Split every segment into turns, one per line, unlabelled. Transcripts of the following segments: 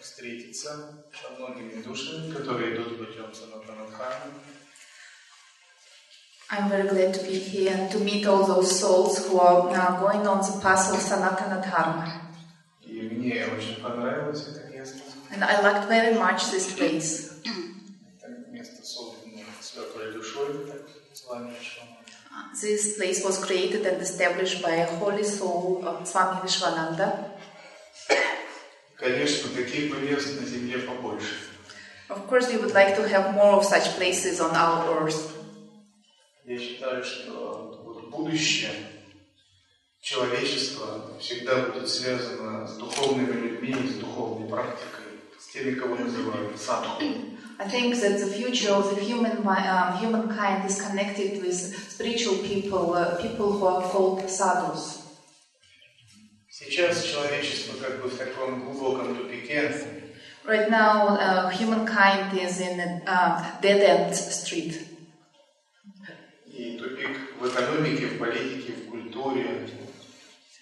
встретиться со многими душами, которые идут путем Санатанадхармы.
I'm very glad to be here and to meet all those souls who are now going on the path of Sanatana Dharma.
И мне очень понравилось это место.
And I liked very much this place.
Это место создано святой душой, так званой Шамой.
This place was created and established by a holy soul, uh, Swami Vishwananda.
Конечно, таких бы мест на земле побольше.
Of course, we would like to have more of such places on our earth.
Я считаю, что вот будущее человечества всегда будет связано с духовными людьми и с духовной практикой, с теми, кого называют садху.
I think that the future of the human mi- um, humankind is connected with spiritual people, uh, people who are called sadhus.
Сейчас человечество как бы в таком глубоком тупике,
Right now, uh, humankind is in a uh, dead-end street.
и тупик в экономике, в политике, в культуре,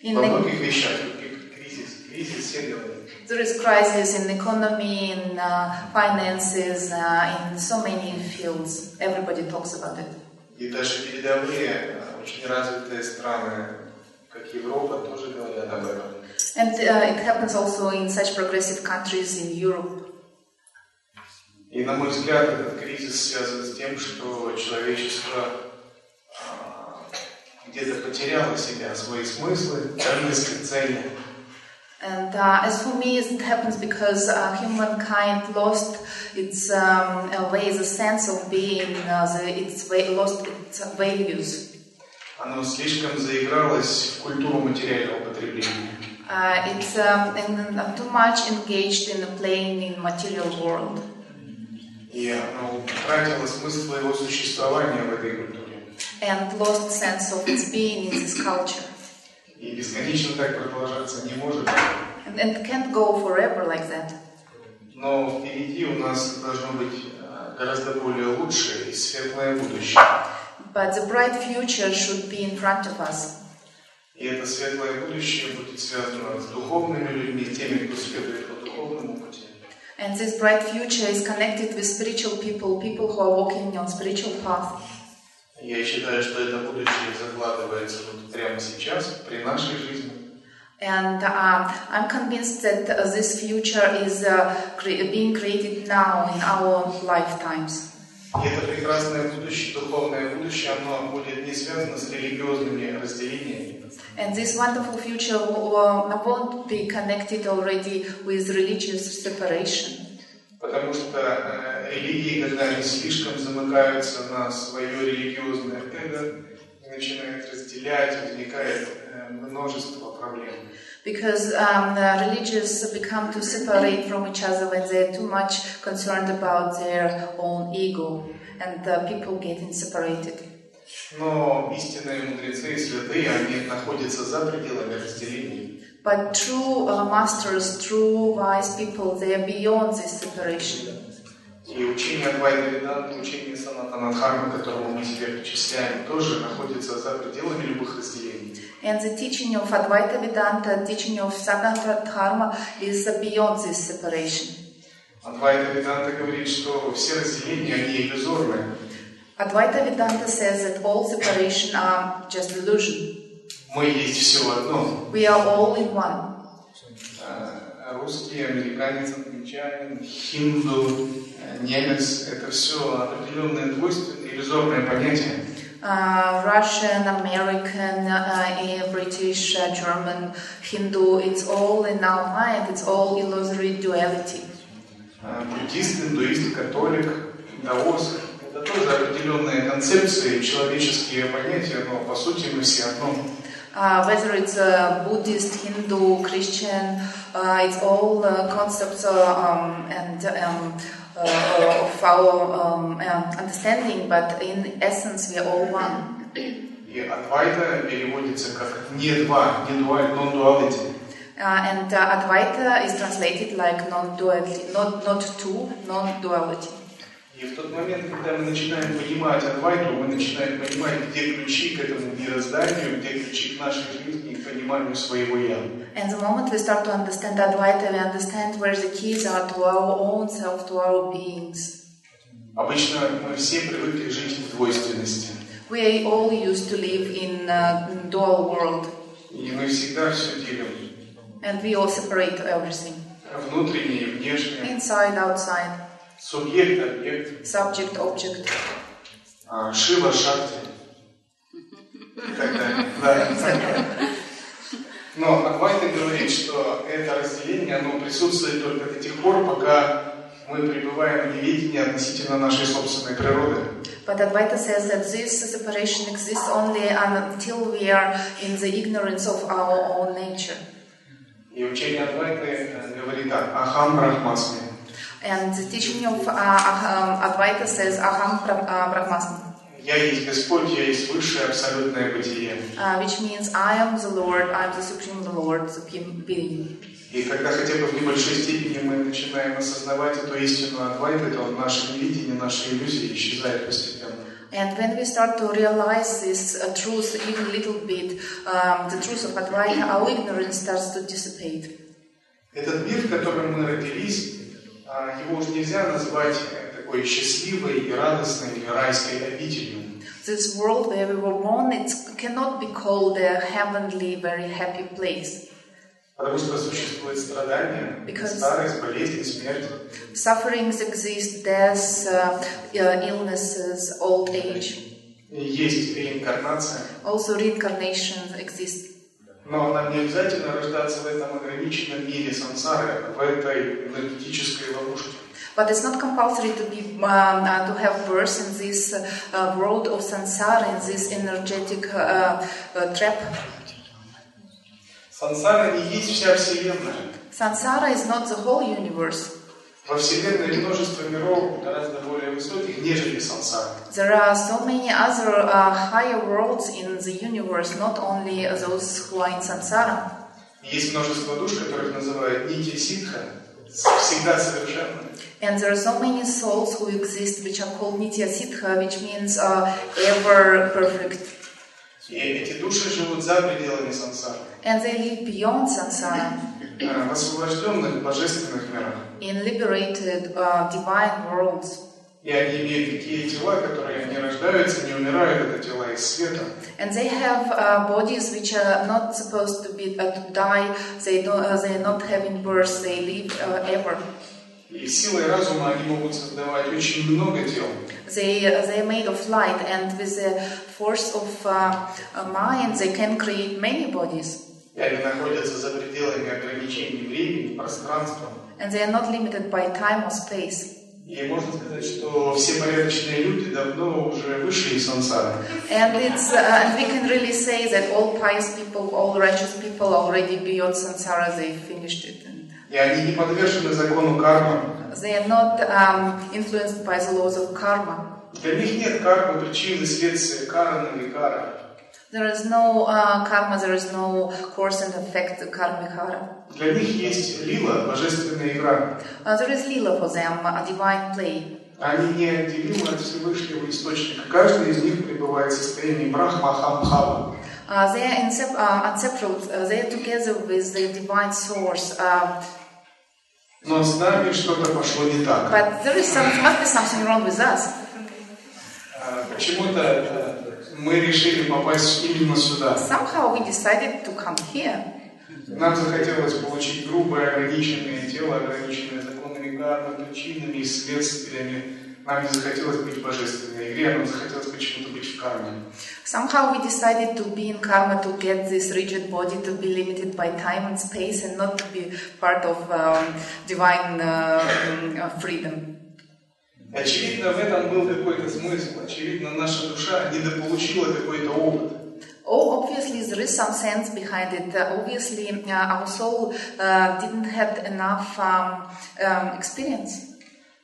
In
во
the,
многих вещах тупик, кризис, кризис все говорят.
there is crisis in economy, in uh, finances, uh, in so many fields. Everybody talks about it.
И даже передовые, э, очень развитые страны, как Европа, тоже говорят об этом.
And uh, it happens also in such progressive countries in Europe.
И, на мой взгляд, этот кризис связан с тем, что человечество а, где-то потеряло себя, свои смыслы, ценности, цели.
And uh, as for me, it happens because uh, humankind lost its um, uh, way, the sense of being, uh, the, its way, lost its values.
Оно слишком заигралось в культуру материального потребления.
Uh, it's um, in, uh, too much engaged in playing in material world.
И оно утратило смысл своего существования в этой культуре.
and lost sense of its being in this culture.
И бесконечно так продолжаться не может.
And, and it can't go forever like that.
Но впереди у нас должно быть а, гораздо более лучшее и светлое будущее.
But the bright future should be in front of us.
И это светлое будущее будет связано с духовными людьми, с теми, кто следует по духовному пути.
And this bright future is connected with spiritual people, people who are walking on spiritual path.
Я считаю, что это будущее закладывается вот прямо сейчас, при нашей жизни.
And uh, I'm convinced that uh, this future is uh, cre- being created now in our lifetimes.
И это прекрасное будущее, духовное будущее, оно будет не связано с религиозными разделениями.
And this wonderful future will, uh, won't be connected already with religious separation.
Потому что э, религии, когда они слишком замыкаются на свое религиозное эго, и начинают разделять, возникает э, множество проблем.
Because um, the religious become to separate from each other when they're too much concerned about their own ego, and uh, people getting separated.
Но истинные мудрецы и святые, они находятся за пределами разделений.
But true uh, masters, true wise people, they are beyond this separation.
И учение Адвайта Веданты, учение Санатанадхармы, к которому мы себя причисляем, тоже находится за пределами любых разделений.
And the teaching of Advaita Vedanta, teaching of Sanatana Dharma is uh, beyond this separation.
Адвайта Веданта А говорит, что все разделения, они иллюзорны.
Advaita Vedanta says that all separation are just illusion.
Мы есть все одно.
We are all in one.
А, Русский, американец, англичанин, хинду, э, немец – это все определенные двойственные, иллюзорные понятия.
uh, Russian, American, uh, eh, British, uh, German, Hindu, it's all in our mind, it's all illusory duality.
А, буддист, индуист, католик, даос. Это тоже определенные концепции, человеческие понятия, но по сути мы все одно.
Uh, whether it's uh, Buddhist, Hindu, Christian, uh, it's all uh, concepts uh, um, and um, uh, of our um, uh, understanding, but in essence, we are all one.
И Адвайта переводится как «не два», «не дуаль», «non-duality».
Uh, and uh, Advaita is translated like non-duality, not, not two, non-duality.
И И в тот момент, когда мы начинаем понимать Адвайту, мы начинаем понимать, где ключи к этому мирозданию, где ключи к нашей жизни и к пониманию своего «я».
And the moment we start to understand Advaita, we understand where the keys are to our own self, to our beings.
Обычно мы все привыкли жить в двойственности.
We all used to live in a dual world,
И мы всегда все делим.
and we all separate everything
Внутреннее и внешнее.
inside, outside,
Субъект, объект.
subject, object.
а, Шива, Шакти. И так далее. Да. Но Адвайта говорит, что это разделение, оно присутствует только до тех пор, пока мы пребываем в неведении относительно нашей собственной природы.
But Advaita says that this separation exists only until we are in the ignorance of our own nature.
И учение Адвайты э, говорит так, Ахам Брахмасми.
And the teaching of uh, Aham- Advaita says Aham Bra- uh, Brahmasmi,
Я есть Господь, я есть высшее абсолютное бытие.
uh, which means I am the Lord, I am the Supreme Lord, Supreme Being.
И когда хотя бы в небольшой степени мы начинаем осознавать эту истину Адвайты, то наше невидение, наши иллюзии исчезают постепенно.
And when we start to realize this uh, truth, even little bit, um, the truth of Advaita, our ignorance starts to dissipate.
Этот мир, в котором мы родились, а, его уже нельзя назвать э, такой счастливой и радостной или райской обителью.
This world where we were born, it cannot be called a heavenly, very happy place.
Потому что существует страдания,
Because-
старость, болезнь, смерть.
Sufferings exist, death, uh, uh, illnesses, old age.
И Есть реинкарнация.
Also, reincarnations exist.
Но нам не обязательно рождаться в этом ограниченном мире сансары, в этой энергетической ловушке.
But it's not compulsory to be um, uh, to have birth in this uh, uh, world of samsara, in this energetic uh, uh, trap.
Сансара не есть вся Вселенная.
Samsara is not the whole universe.
Во Вселенной множество миров гораздо более высоких, нежели сансара.
There are so many other uh, higher worlds in the universe, not only those who are in samsara.
Есть множество душ, которых называют нити ситха, всегда совершенно.
And there are so many souls who exist which are called Nitya Siddha, which means uh, ever perfect.
И эти души живут за пределами сансары,
And they live beyond samsara
э, в освобожденных божественных мирах.
in liberated uh, divine worlds.
И они имеют такие тела, которые не рождаются, не умирают, это тела из света.
And they have uh, bodies which are not supposed to be uh, to die. They don't. Uh, they are not having birth. They live uh, ever.
И силой разума они могут создавать очень много тел.
They uh, they are made of light, and with the force of uh, a mind, they can create many bodies.
И они находятся за пределами ограничений времени, пространства.
And they are not limited by time or space.
И можно сказать, что все порядочные люди давно уже вышли из сансары.
And it's uh, and we can really say that all pious people, all righteous people, are already beyond samsara. They finished it. And
И они не подвержены закону кармы.
they are not um, influenced by the laws of karma.
Для них нет кармы, причины, следствия, кара, навикара.
There is no uh, karma, there is no cause and effect karmikara.
Для них есть лила, божественная игра.
Uh, there is lila for them, a divine play.
Они неотделимы от Всевышнего Источника. Каждый из них пребывает в состоянии брахмахамхава.
Uh, they are insep- uh, inseparable, uh, they are together with the divine source. Uh,
Но с нами что-то пошло не так.
but there is some, must be something wrong with us.
А, Почему-то э, мы решили попасть именно сюда.
Somehow we decided to come here.
Нам захотелось получить грубое, ограниченное тело, ограниченное законами кармы, причинами и следствиями. Нам не захотелось быть в божественной игре, нам захотелось почему-то быть в карме.
Somehow we decided to be in karma, to get this rigid body, to be limited by time and space, and not to be part of um, divine uh, um, uh, freedom.
Очевидно, в этом был какой-то смысл. Очевидно, наша душа недополучила какой-то опыт.
Oh, obviously there is some sense behind it. Uh, obviously, uh, our soul uh, didn't have enough um, um, experience,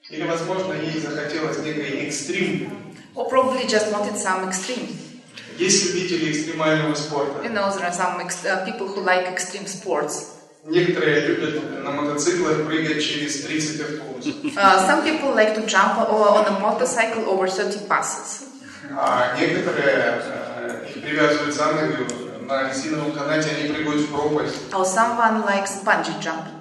Или, возможно, ей захотелось некой экстрим.
or probably just wanted some extreme.
Есть любители экстремального
You
спорта.
know, there are some ex- uh, people who like extreme sports.
Некоторые любят на мотоциклах прыгать через 30 автобусов.
Uh, some people like to jump o- on a motorcycle over 30 buses.
А некоторые э, их привязывают за ноги на резиновом канате, они прыгают в пропасть.
Or someone likes bungee jumping.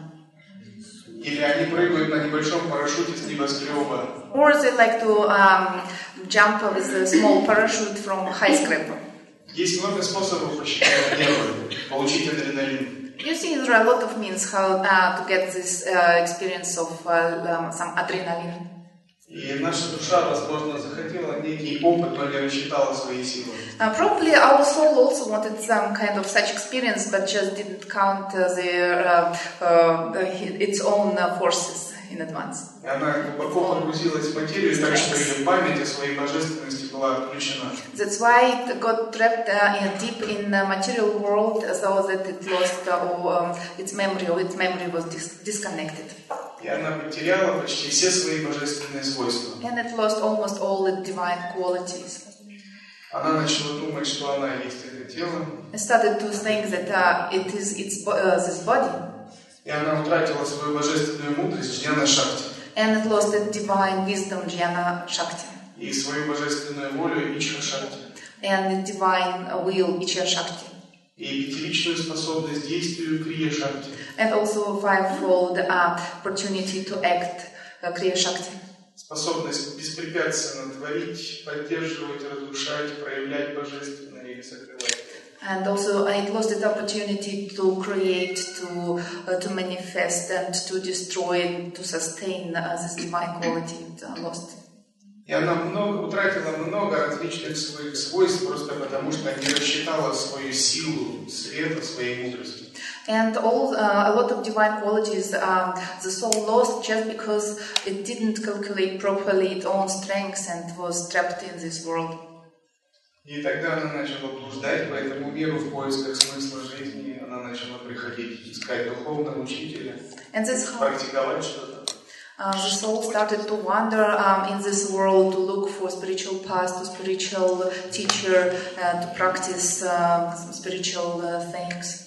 Или они прыгают на небольшом парашюте с небоскреба.
Or they like to um, jump with a small parachute from a skyscraper.
Есть много способов пощадить нервы, получить адреналин.
You see, there are a lot of means how uh, to get this uh, experience of uh, um, some adrenaline.
И наша душа, возможно, захотела некий опыт, но не рассчитала свои силы.
Uh, probably our soul also wanted some kind of such experience, but just didn't count uh, the, uh, uh, its own uh, forces in advance.
И она глубоко погрузилась в материю, так что ее память о своей божественности была отключена.
That's why it got trapped uh, in deep in the material world, uh, so that it lost uh, all, um, its memory, or its memory was dis- disconnected,
И она потеряла почти все свои божественные свойства.
and it lost almost all its divine qualities.
Она начала думать, что она есть это тело,
It started to think that uh, it is its bo- uh, this body,
и она утратила свою божественную мудрость Джняна Шакти,
and it lost its divine wisdom, Jnana Shakti,
и свою божественную волю Ичха Шакти,
and its divine uh, will, Ichya Shakti,
и пятеричную способность действию Крия Шакти.
and also fivefold uh, opportunity to act, uh, Kriya Shakti.
Способность беспрепятственно творить, поддерживать, разрушать, проявлять божественное и сокрывать.
And also, I lost the opportunity to create, to uh, to manifest, and to destroy, to sustain uh, this divine quality. I lost.
И она много, утратила много различных своих свойств, просто потому что не рассчитала свою силу, света, своей мудрости.
And all uh, a lot of divine qualities um, the soul lost just because it didn't calculate properly its own strengths and was trapped in this world.
И тогда она начала блуждать по этому миру в поисках смысла жизни. Она начала приходить, искать духовного учителя,
And that's how
практиковать что-то.
uh, the soul started to wander um, in this world to look for spiritual path, to spiritual teacher, uh, to practice uh, some spiritual uh, things.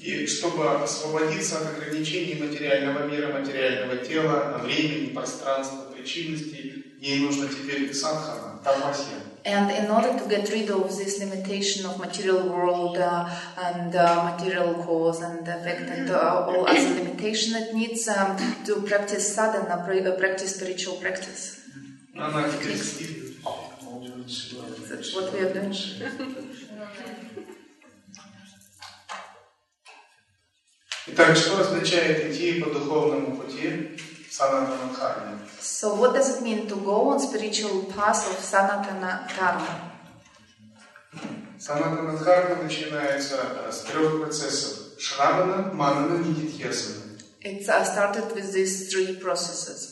И чтобы освободиться от ограничений материального мира, материального тела, времени, пространства, причинности, ей нужно теперь садхана, тапасия.
And in order to get rid of this limitation of material world uh, and uh, material cause and effect and uh, all other limitation, it needs um, to practice sadhana, pra- uh, practice spiritual practice.
Она теперь сидит.
That's what we are doing.
Итак, что означает идти по духовному пути санатанадхармы?
So, what does it mean to go on spiritual path of sanatana dharma?
Санатанадхарма начинается э, с трех процессов. Шравана, манана, нидитьясана.
It uh, started with these three processes.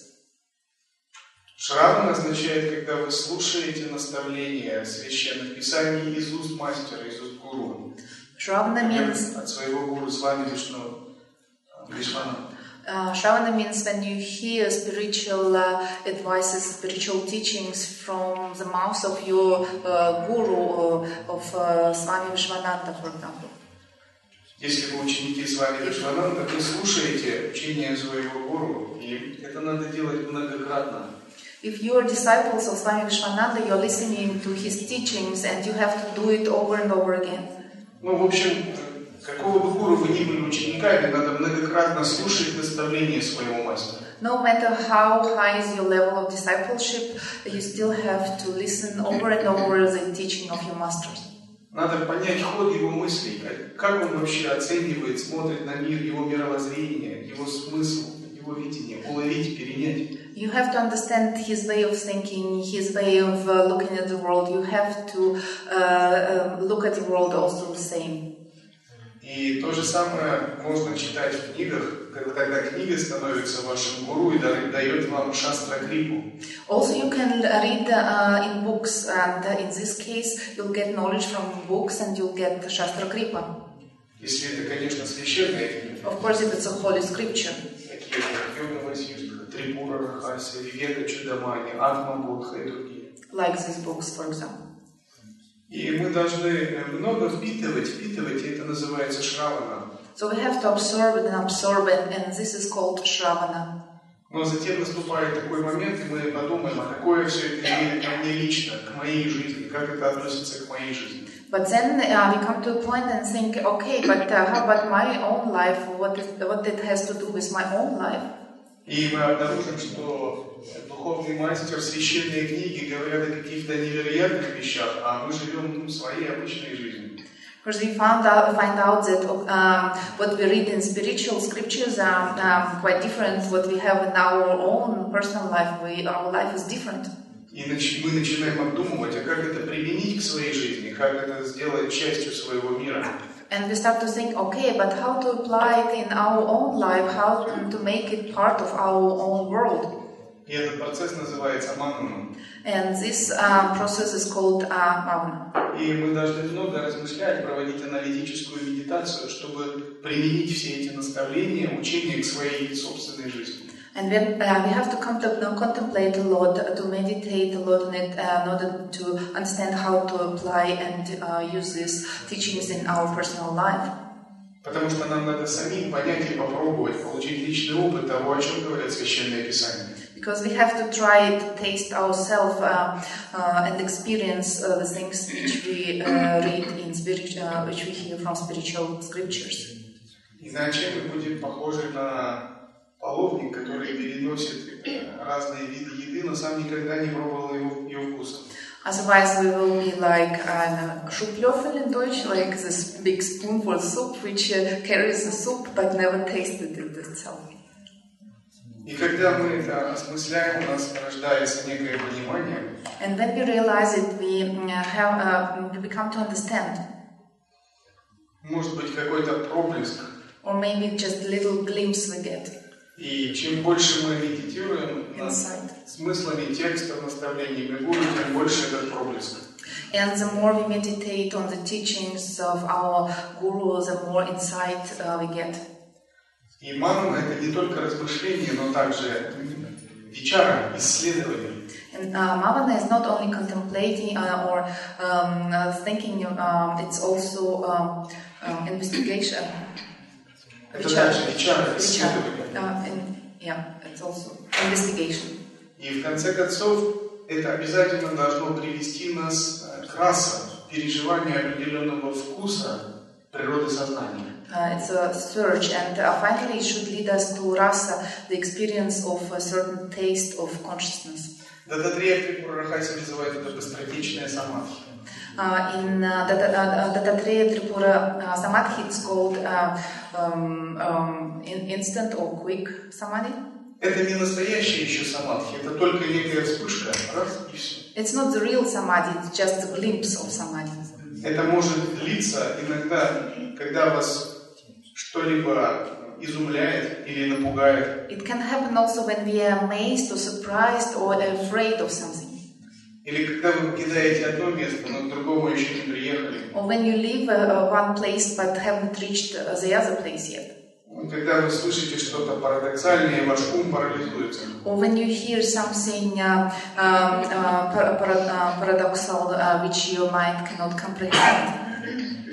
Шраван означает, когда вы слушаете наставления священных писаний из уст мастера, из уст гуру.
Shravana means
От своего гуру с вами Вишну. Вишвана.
Uh, Shravana means when you hear spiritual uh, advices, spiritual teachings from the mouth of your uh, guru or of uh, Swami Vishwananda, for example.
Если вы ученики с вами Вишвананда, вы слушаете учение своего гуру, и это надо делать многократно.
If you are disciples of Swami Vishwananda, you are listening to his teachings and you have to do it over and over again.
Ну, в общем, э, какого бы гуру вы ни были учениками, надо многократно слушать наставления своего мастера.
No matter how high is your level of discipleship, you still have to listen over and over the teaching of your masters.
Надо понять ход его мыслей, как- как он вообще оценивает, смотрит на мир, его мировоззрение, его смысл, его видение, уловить, перенять.
You have to understand his way of thinking, his way of uh, looking at the world. You have to uh, uh, look at the world also the same.
И то же самое можно читать в книгах, когда тогда книга становится вашим гуру и да- дает вам шастра крипу.
Also, you can uh, read uh, in books, and uh, in this case, you'll get knowledge from books and you'll get Shastra Kripa.
Если это, конечно, священные книги,
Of course, if it's a holy scripture.
такие как Йога Васишка, Трипура Рахаси, Вивека Чудамани, Атма Будха и другие.
Like these books, for example.
И мы должны э, много впитывать, впитывать, и это называется шравана.
So we have to absorb it and absorb it, and this is called Shravana.
Но затем наступает такой момент, и мы подумаем, а какое все это имеет ко мне лично, к моей жизни, как это относится к моей жизни.
But then uh, we come to a point and think, okay, but uh, how about my own life? What, is, what it has to do with my own life?
И мы обнаружим, что духовный мастер, священные книги говорят о каких-то невероятных вещах, а мы живем ну, своей обычной жизнью.
Because we found out, find out that um, what we read in spiritual scriptures are um, quite different. What we have in our own personal life, we, our life is different.
И нач- мы начинаем обдумывать, а как это применить к своей жизни, как это сделать частью своего мира.
And we start to think, okay, but how to apply it in our own life, how to make it part of our own world.
И этот процесс называется мануном.
And this um, process is called uh, bhavana.
И мы должны много размышлять, проводить аналитическую медитацию, чтобы применить все эти наставления, учения к своей собственной жизни.
And when, uh, we have to contem- contemplate a lot, to meditate a lot on it uh, in order to understand how to apply and uh, use these teachings in our personal life.
Потому что нам надо самим понять и попробовать, получить личный опыт того, о чем говорят священные писания.
Because we have to try to taste ourselves uh, uh, and experience uh, the things which we uh, read in spirit, uh, which we hear from spiritual scriptures.
Иначе мы будем похожи на половник, который переносит э, разные виды еды, но сам никогда не пробовал его, ее вкуса.
Otherwise, we will be like uh, a Schublöffel in Deutsch, like this big spoonful soup which uh, carries the soup but never tasted it itself.
И когда мы это осмысляем, у нас рождается некое понимание,
And when we realize it, we mm, have uh, we become to understand,
может быть какой-то проблеск.
or maybe just little glimpse we get
И чем больше мы медитируем над
inside.
смыслами текстов, наставлениями гуру, тем больше этот проблеск.
And the more we meditate on the teachings of our guru, the more insight uh, we get.
И ману это не только размышление, но также вечера, исследование.
And uh, Mavana is not only contemplating uh, or um, uh, thinking, um, it's also um, um, investigation.
Это
Вечера.
также вечера,
Which are,
исследование.
uh, in, yeah, it's also investigation.
И в конце концов, это обязательно должно привести нас э, к расам, переживанию определенного вкуса природы сознания.
Uh, it's a search, and uh, finally, it should lead us to rasa, the experience of a certain taste of consciousness.
Дататрия Трипура Рахаси называет это быстротечное самадхи.
Uh, in uh, Datta- uh, Dattatreya Tripura uh, Samadhi, it's called uh, um, um, in- instant or quick samadhi.
Это не настоящее еще самадхи, это только некая вспышка, раз и все.
It's not the real samadhi, it's just a glimpse of samadhi.
Это может длиться иногда, когда вас что-либо изумляет или напугает.
It can happen also when we are amazed or surprised or afraid of something.
Или когда вы покидаете одно место, но к другому еще не приехали.
Or when you leave uh, uh, one place but haven't reached uh, the other place yet.
Когда вы слышите что-то парадоксальное, и ваш ум парализуется.
Or when you hear something uh, um, uh, par- par- uh, paradoxal uh, which your mind cannot comprehend.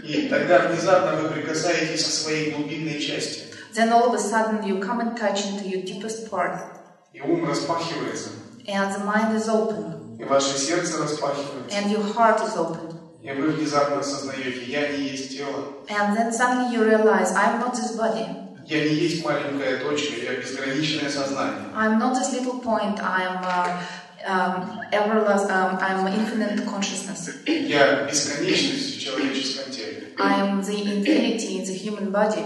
И тогда внезапно вы прикасаетесь к своей глубинной части.
Then all of a sudden you come in touch into your deepest part
И ум распахивается,
and the mind is open
и ваше сердце распахивается.
and your heart is open.
И вы внезапно осознаете, я не есть тело,
And then suddenly you realize I'm not this body.
я не есть маленькая точка, я безграничное сознание.
I'm not this little point. I'm uh, um, everlasting. Um, I'm infinite consciousness.
Я бесконечность в человеческом теле.
I'm the infinity in the human body.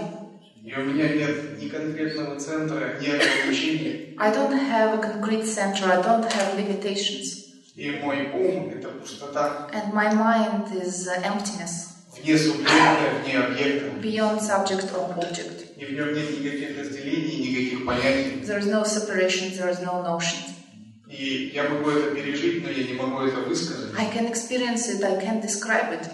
И у меня нет ни конкретного центра, ни ограничений.
I don't have a concrete center. I don't have limitations.
И мой ум — это пустота,
And my mind is uh, emptiness,
вне субъекта, вне объекта.
beyond subject or object.
И в нем нет никаких разделений, никаких понятий.
There is no separation. There is no notion.
И я могу это пережить, но я не могу это высказать.
I can experience it. I can describe it.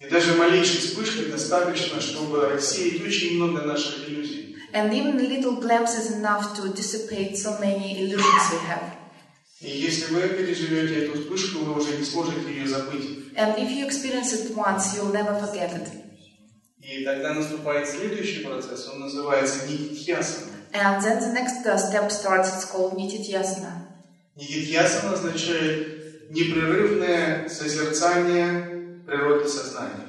И даже малейшей вспышки достаточно, чтобы рассеять очень много наших иллюзий.
And even a little glimpse is enough to dissipate so many illusions we have.
И если вы переживете эту вспышку, вы уже не сможете ее забыть.
And if you experience it once, you'll never forget it.
И И тогда наступает следующий процесс, он называется Нигитьясана.
And then the next uh, step starts, it's called Nityatyasana.
Нигитьясана означает непрерывное созерцание природы сознания.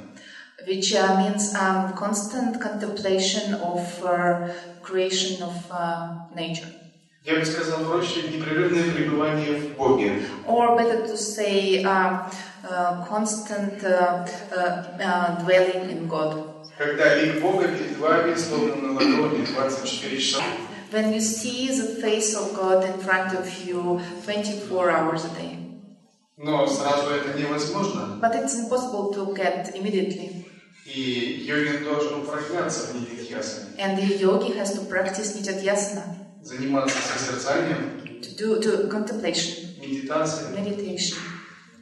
which uh, means um, constant contemplation of uh, creation of uh, nature,
Я бы сказал проще, непрерывное пребывание в Боге.
or better to say, um, uh, constant uh, uh, uh, dwelling in God.
Когда лик Бога перед вами, словно на ладони, 24 часа.
When you see the face of God in front of you 24 hours a day,
Но сразу это невозможно.
but it's impossible to get immediately,
И йогин должен упражняться в нигитьясане,
and the yogi has to practice nityatyasana,
заниматься созерцанием,
to do to contemplation,
медитацией
meditation,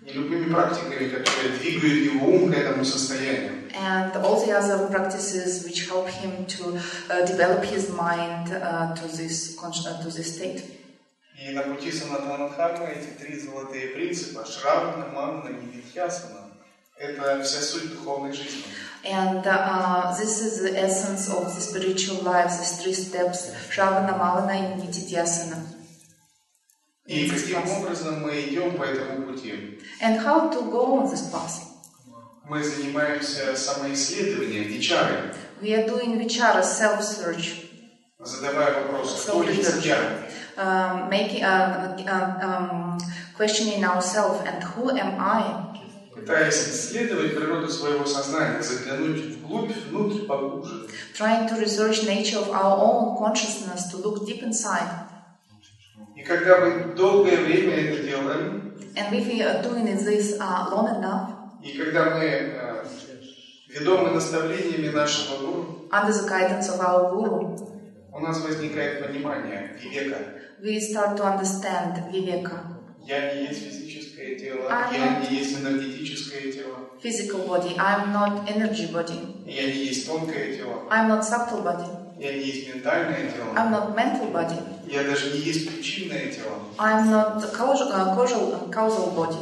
и любыми практиками, которые двигают его ум к этому состоянию.
and all the other practices which help him to uh, develop his mind uh, to this con- uh, to this state.
И на пути Санатанадхармы эти три золотые принципа – Шравана, Манна и Нитхьясана – это вся суть духовной жизни.
And uh, this is the essence of the spiritual life. These three steps: Shravana, Malana, and Nitityasana.
И каким образом мы идем по этому пути?
And how to go on this path?
Мы занимаемся самоисследованием, вечарой,
We are doing vichara, self-search,
задавая вопрос, кто есть я?
um, making uh, uh, um, questioning ourselves and who am I?
Пытаясь исследовать природу своего сознания, заглянуть вглубь, внутрь, поглубже.
Trying to research nature of our own consciousness to look deep inside.
И когда мы долгое время это делаем,
And if we are doing this uh, long enough,
и когда мы э, ведомы наставлениями нашего гуру,
under the guidance of our guru,
У нас возникает понимание века.
we start to understand viveka,
Я не есть физическое тело,
А,
я
нет.
не есть энергетическое тело,
physical body. I'm not energy body.
я не есть тонкое тело,
I'm not subtle body.
я не есть ментальное тело,
I'm not mental body.
я даже не есть причинное тело,
I'm not causal, uh, causal, causal body.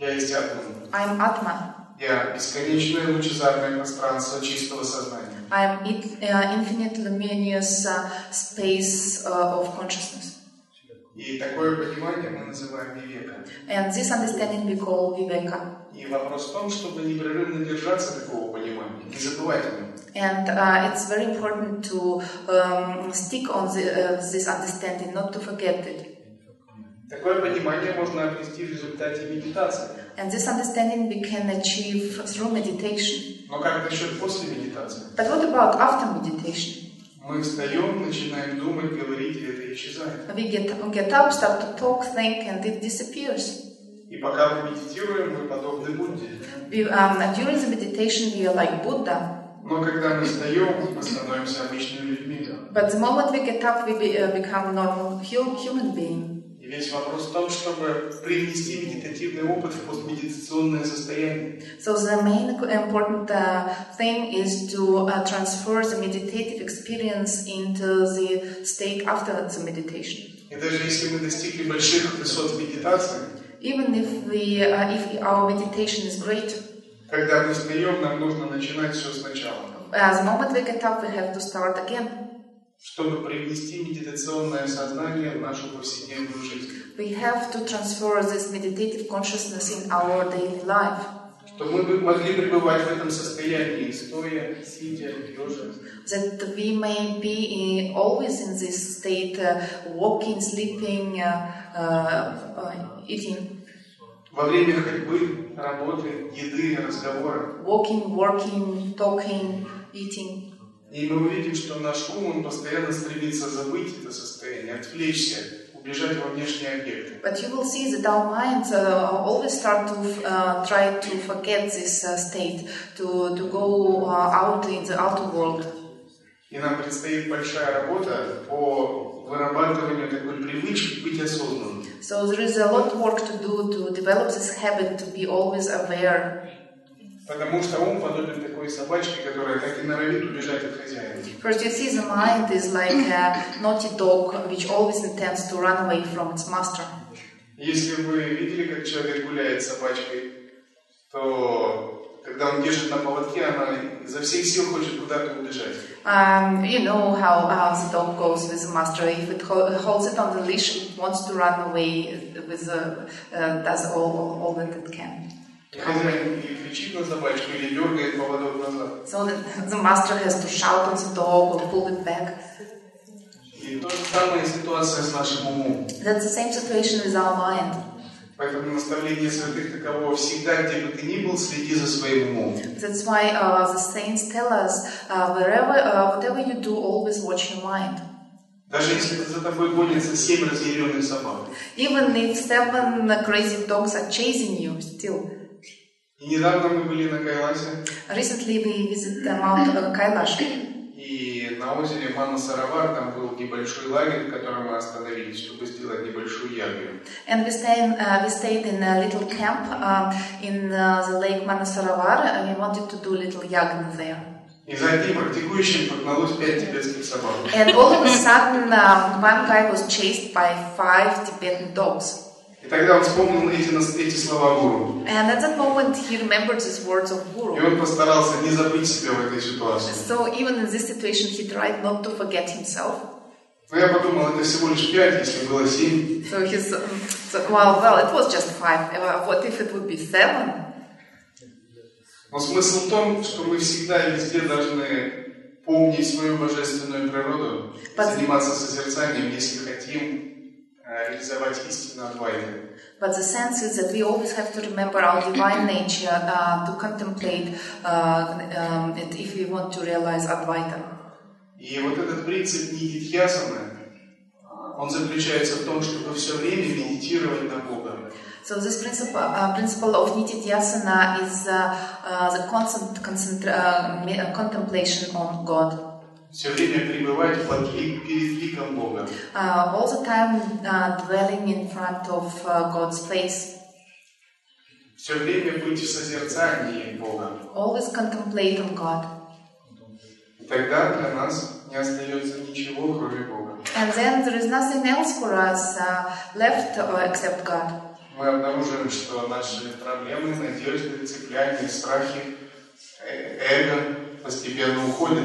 я есть атом.
I'm atma.
Я бесконечное лучезарное пространство чистого сознания.
I'm it, uh, infinite luminous uh, space uh, of consciousness.
И такое понимание мы называем века.
And this understanding we call viveka.
И вопрос в том, чтобы непрерывно держаться такого понимания, не забывать о нем.
And uh, it's very important to um, stick on the, uh, this understanding, not to forget it.
Такое понимание можно обрести в результате медитации.
And this understanding we can achieve through meditation.
Но как насчет после медитации?
But what about after meditation?
Мы встаем, начинаем думать, говорить, и это исчезает.
We get, we get up, start to talk, think, and it disappears.
И пока мы медитируем, мы подобны Будде.
We, um, during the meditation, we are like Buddha.
Но когда мы встаем, мы становимся обычными людьми.
But the moment we get up, we be, uh, become normal hu- human being.
И весь вопрос в том, чтобы привнести медитативный опыт в постмедитационное состояние.
So the main important uh, thing is to uh, transfer the meditative experience into the state after the meditation.
И даже если мы достигли больших высот в медитации,
Even if we, uh, if our meditation is great,
когда мы встаем, нам нужно начинать все сначала,
As uh, the moment we get up, we have to start again.
чтобы привнести медитационное сознание в нашу повседневную жизнь.
We have to transfer this meditative consciousness in our daily life,
Чтобы мы бы могли пребывать в этом состоянии, стоя, сидя, лежа.
that we may be in, always in this state, uh, walking, sleeping, uh, uh, uh, eating,
Во время ходьбы, работы, еды, разговора.
walking, working, talking, eating.
И мы увидим, что наш ум, он постоянно стремится забыть это состояние, отвлечься, убежать во внешние объекты.
But you will see that our minds uh, always start to uh, try to forget this uh, state, to, to go uh, out in the outer world.
И нам предстоит большая работа по вырабатыванию такой привычки быть осознанным.
So there is a lot of work to do to develop this habit to be always aware.
Потому что ум подобен такой собачке, которая так и норовит убежать от хозяина.
First, you see the mind is like a naughty dog which always intends to run away from its master.
Если вы видели, как человек гуляет с собачкой, то Когда он держит на поводке, она изо всех сил хочет куда-то убежать.
Um, you know how, how the dog goes with the master. If it ho- holds it on the leash, it wants to run away. With the, uh, does all, all, all that it can.
И Хозяин или кричит на собачку, или дергает поводок назад.
So the, the master has to shout on the dog or pull it back.
И то же самое ситуация с нашим умом.
That's the same situation with our mind.
Поэтому наставление святых таково всегда, где бы ты ни был, следи за своим умом.
That's why uh, the saints tell us uh, wherever, uh, whatever you do, always watch your mind.
Даже если за тобой гонятся семь разъяренных собак.
Even if seven crazy dogs are chasing you, still.
И недавно мы были на Кайласе,
Recently we visited uh, Mount uh, Kailash,
и на озере Манасаравар там был небольшой лагерь, в котором мы остановились, чтобы сделать небольшую ягоду.
and we stayed, in, uh, we stayed in a little camp uh, in uh, the lake Manasaravar, and we wanted to do little yagna there.
И за одним практикующим прогналось пять тибетских собак.
And all of a sudden, um, one guy was chased by five Tibetan dogs.
И тогда он вспомнил эти, нас- эти слова гуру.
And at that moment, he remembered these words of Guru.
И он постарался не забыть себя в этой ситуации.
So even in this situation, he tried not to forget himself.
Но я подумал, это всего лишь пять, если было семь.
So he's um, so, well, well, it was just five. Uh, What if it would be seven?
Но смысл в том, что мы всегда и везде должны помнить свою божественную природу, и
Под-
заниматься созерцанием, если хотим э, реализовать истину Адвайты.
But the sense is that we always have to remember our divine nature uh, to contemplate uh, um, it if we want to realize Advaita.
И вот этот принцип Нидитхьясана, он заключается в том, чтобы все время медитировать на Бога.
So this principle, uh, principle of Nityadyasana is uh, uh, the constant concentra- uh, me- uh, contemplation on God.
Все время пребывать под ли- перед ликом Бога.
Uh, all the time uh, dwelling in front of uh, God's face.
Все время быть в созерцании Бога.
Always contemplate on God.
И тогда для нас не остается ничего, кроме Бога.
And then there is nothing else for us uh, left uh, except God.
Мы обнаруживаем, что наши проблемы, надежды, цепляния, страхи, э- эго постепенно уходят.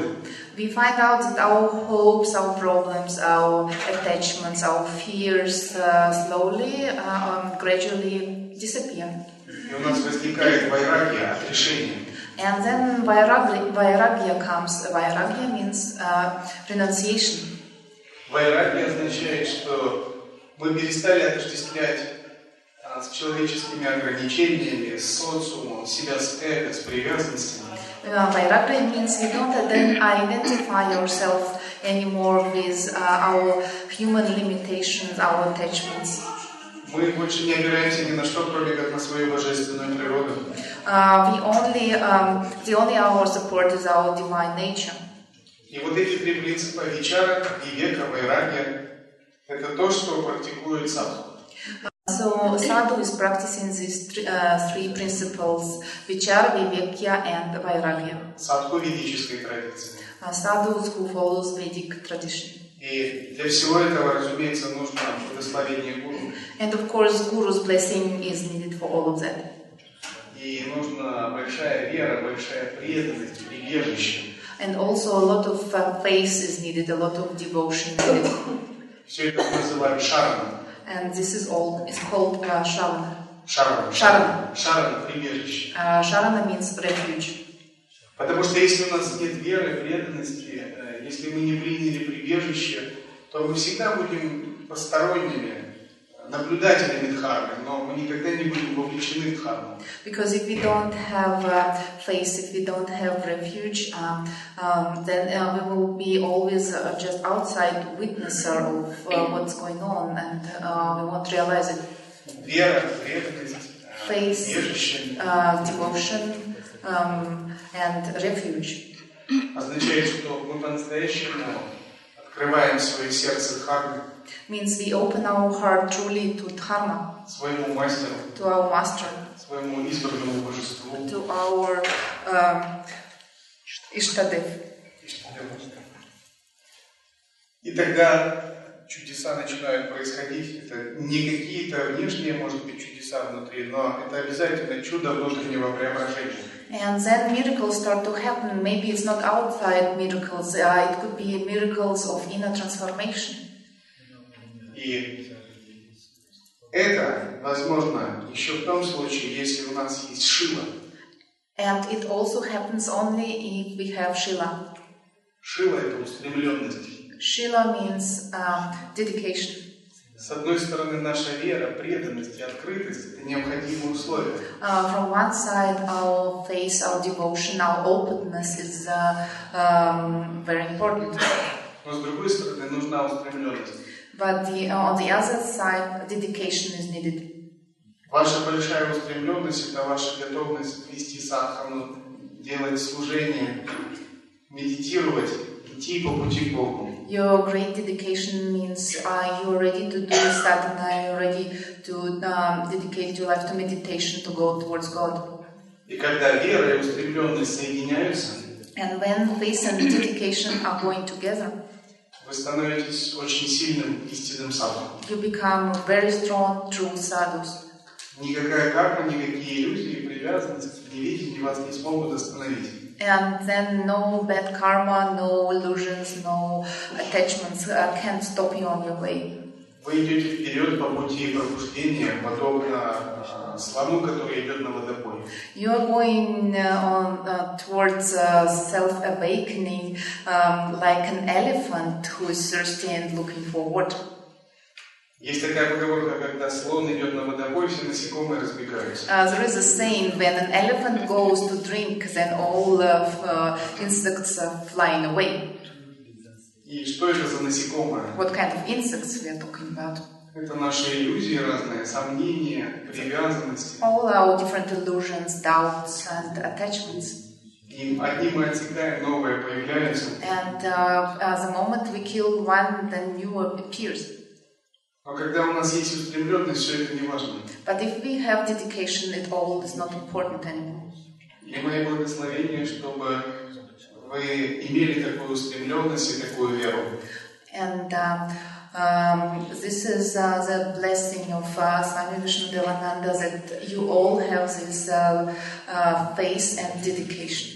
We find out that our hopes, our problems, our attachments, our fears uh, slowly, uh, um, gradually disappear.
И у нас возникает вайрагия от решения.
And then vairagya, vairagya comes. Vairagya means uh, renunciation.
Вайрагия означает, что мы перестали отождествлять а, с человеческими ограничениями, с социумом, себя с эго, с привязанностями.
Uh, vairagya means we don't ident- identify ourselves anymore with uh, our human limitations, our attachments.
Мы больше не опираемся ни на что, кроме как на свою божественную природу.
Uh, we only, um, the only our support is our divine nature.
И вот эти три принципа Вичара, Вивека, Вайрагия – это то, что практикует садху.
So sadhu is practicing these three, uh, three principles: vichara, vivekya, and vairagya.
садху ведической традиции.
Uh, sadhus who follows Vedic tradition,
И для всего этого, разумеется, нужно благословение гуру.
and of course, guru's blessing is needed for all of that.
И нужна большая вера, большая преданность, прибежище.
And also, a lot of uh, faith is needed, a lot of devotion needed,
Все это мы называем шараном.
and this is all is called uh, shavana.
Шараном.
Шараном.
Шараном, прибежище.
Uh, shavana means refuge.
Потому что если у нас нет веры, преданности, э, если мы не приняли прибежище, то мы всегда будем посторонними, э, наблюдателями Дхармы, но мы никогда не будем вовлечены в Дхарму.
Because if we don't have a place, if we don't have refuge, um, um, then uh, we will be always uh, just outside witnesser of uh, what's going on, and uh, we won't realize it.
Вера, преданность, э,
Face.
прибежище.
Uh, devotion um, and refuge.
означает, что мы по-настоящему открываем свое сердце Дхарме,
Means we open our heart truly to Dharma,
своему мастеру,
to our master,
своему избранному божеству.
to our um, Ishtadev.
И тогда чудеса начинают происходить, это не какие-то внешние, может быть, чудеса внутри, но это обязательно чудо внутреннего преображения.
And then miracles start to happen. Maybe it's not outside miracles, uh, it could be miracles of inner transformation.
И это возможно еще в том случае, если у нас есть Шива.
And it also happens only if we have Shila.
Шива – это устремленность.
Shila means um, dedication.
С одной стороны, наша вера, преданность и открытость – это необходимые условия.
Uh, from one side, our faith, our devotion, our openness is uh, um, very important.
Но с другой стороны, нужна устремленность.
But the, uh, on the other side, dedication is needed.
Ваша большая устремленность – это ваша готовность вести садхану, делать служение, медитировать, идти по пути к Богу.
Your great dedication means uh, you're ready to do sadhana, you're ready to um, dedicate your life to meditation, to go towards God.
И когда вера и устремленность соединяются,
And when faith and dedication are going together,
вы становитесь очень сильным истинным садханом.
you become very strong, true sadhus.
Никакая карма, никакие иллюзии, привязанности, невидения вас не смогут остановить.
And then no bad karma, no illusions, no attachments uh, can stop you on your way.
Вы идете вперед по пути пробуждения, подобно э, слону, который идет на водопой.
You are going uh, on uh, towards uh, self-awakening um, like an elephant who is thirsty and looking for water.
Есть такая поговорка, когда слон идет на водопой, все насекомые разбегаются.
Uh, there is a saying when an elephant goes to drink, then all of uh, insects are flying away.
И что это за насекомое?
What kind of insects we are talking about?
Это наши иллюзии разные, сомнения, привязанности.
All our different illusions, doubts, and attachments.
И одним мы отсекаем, новые появляются.
And uh, uh, the moment we kill one, then new appears.
Но когда у нас есть устремленность, все это не важно.
But if we have dedication, it all is not important anymore.
И мои благословения, чтобы вы имели такую устремленность и такую веру.
And um, um, this is uh, the blessing of uh, Swami Vishnudevananda that you all have this uh, uh, faith and dedication.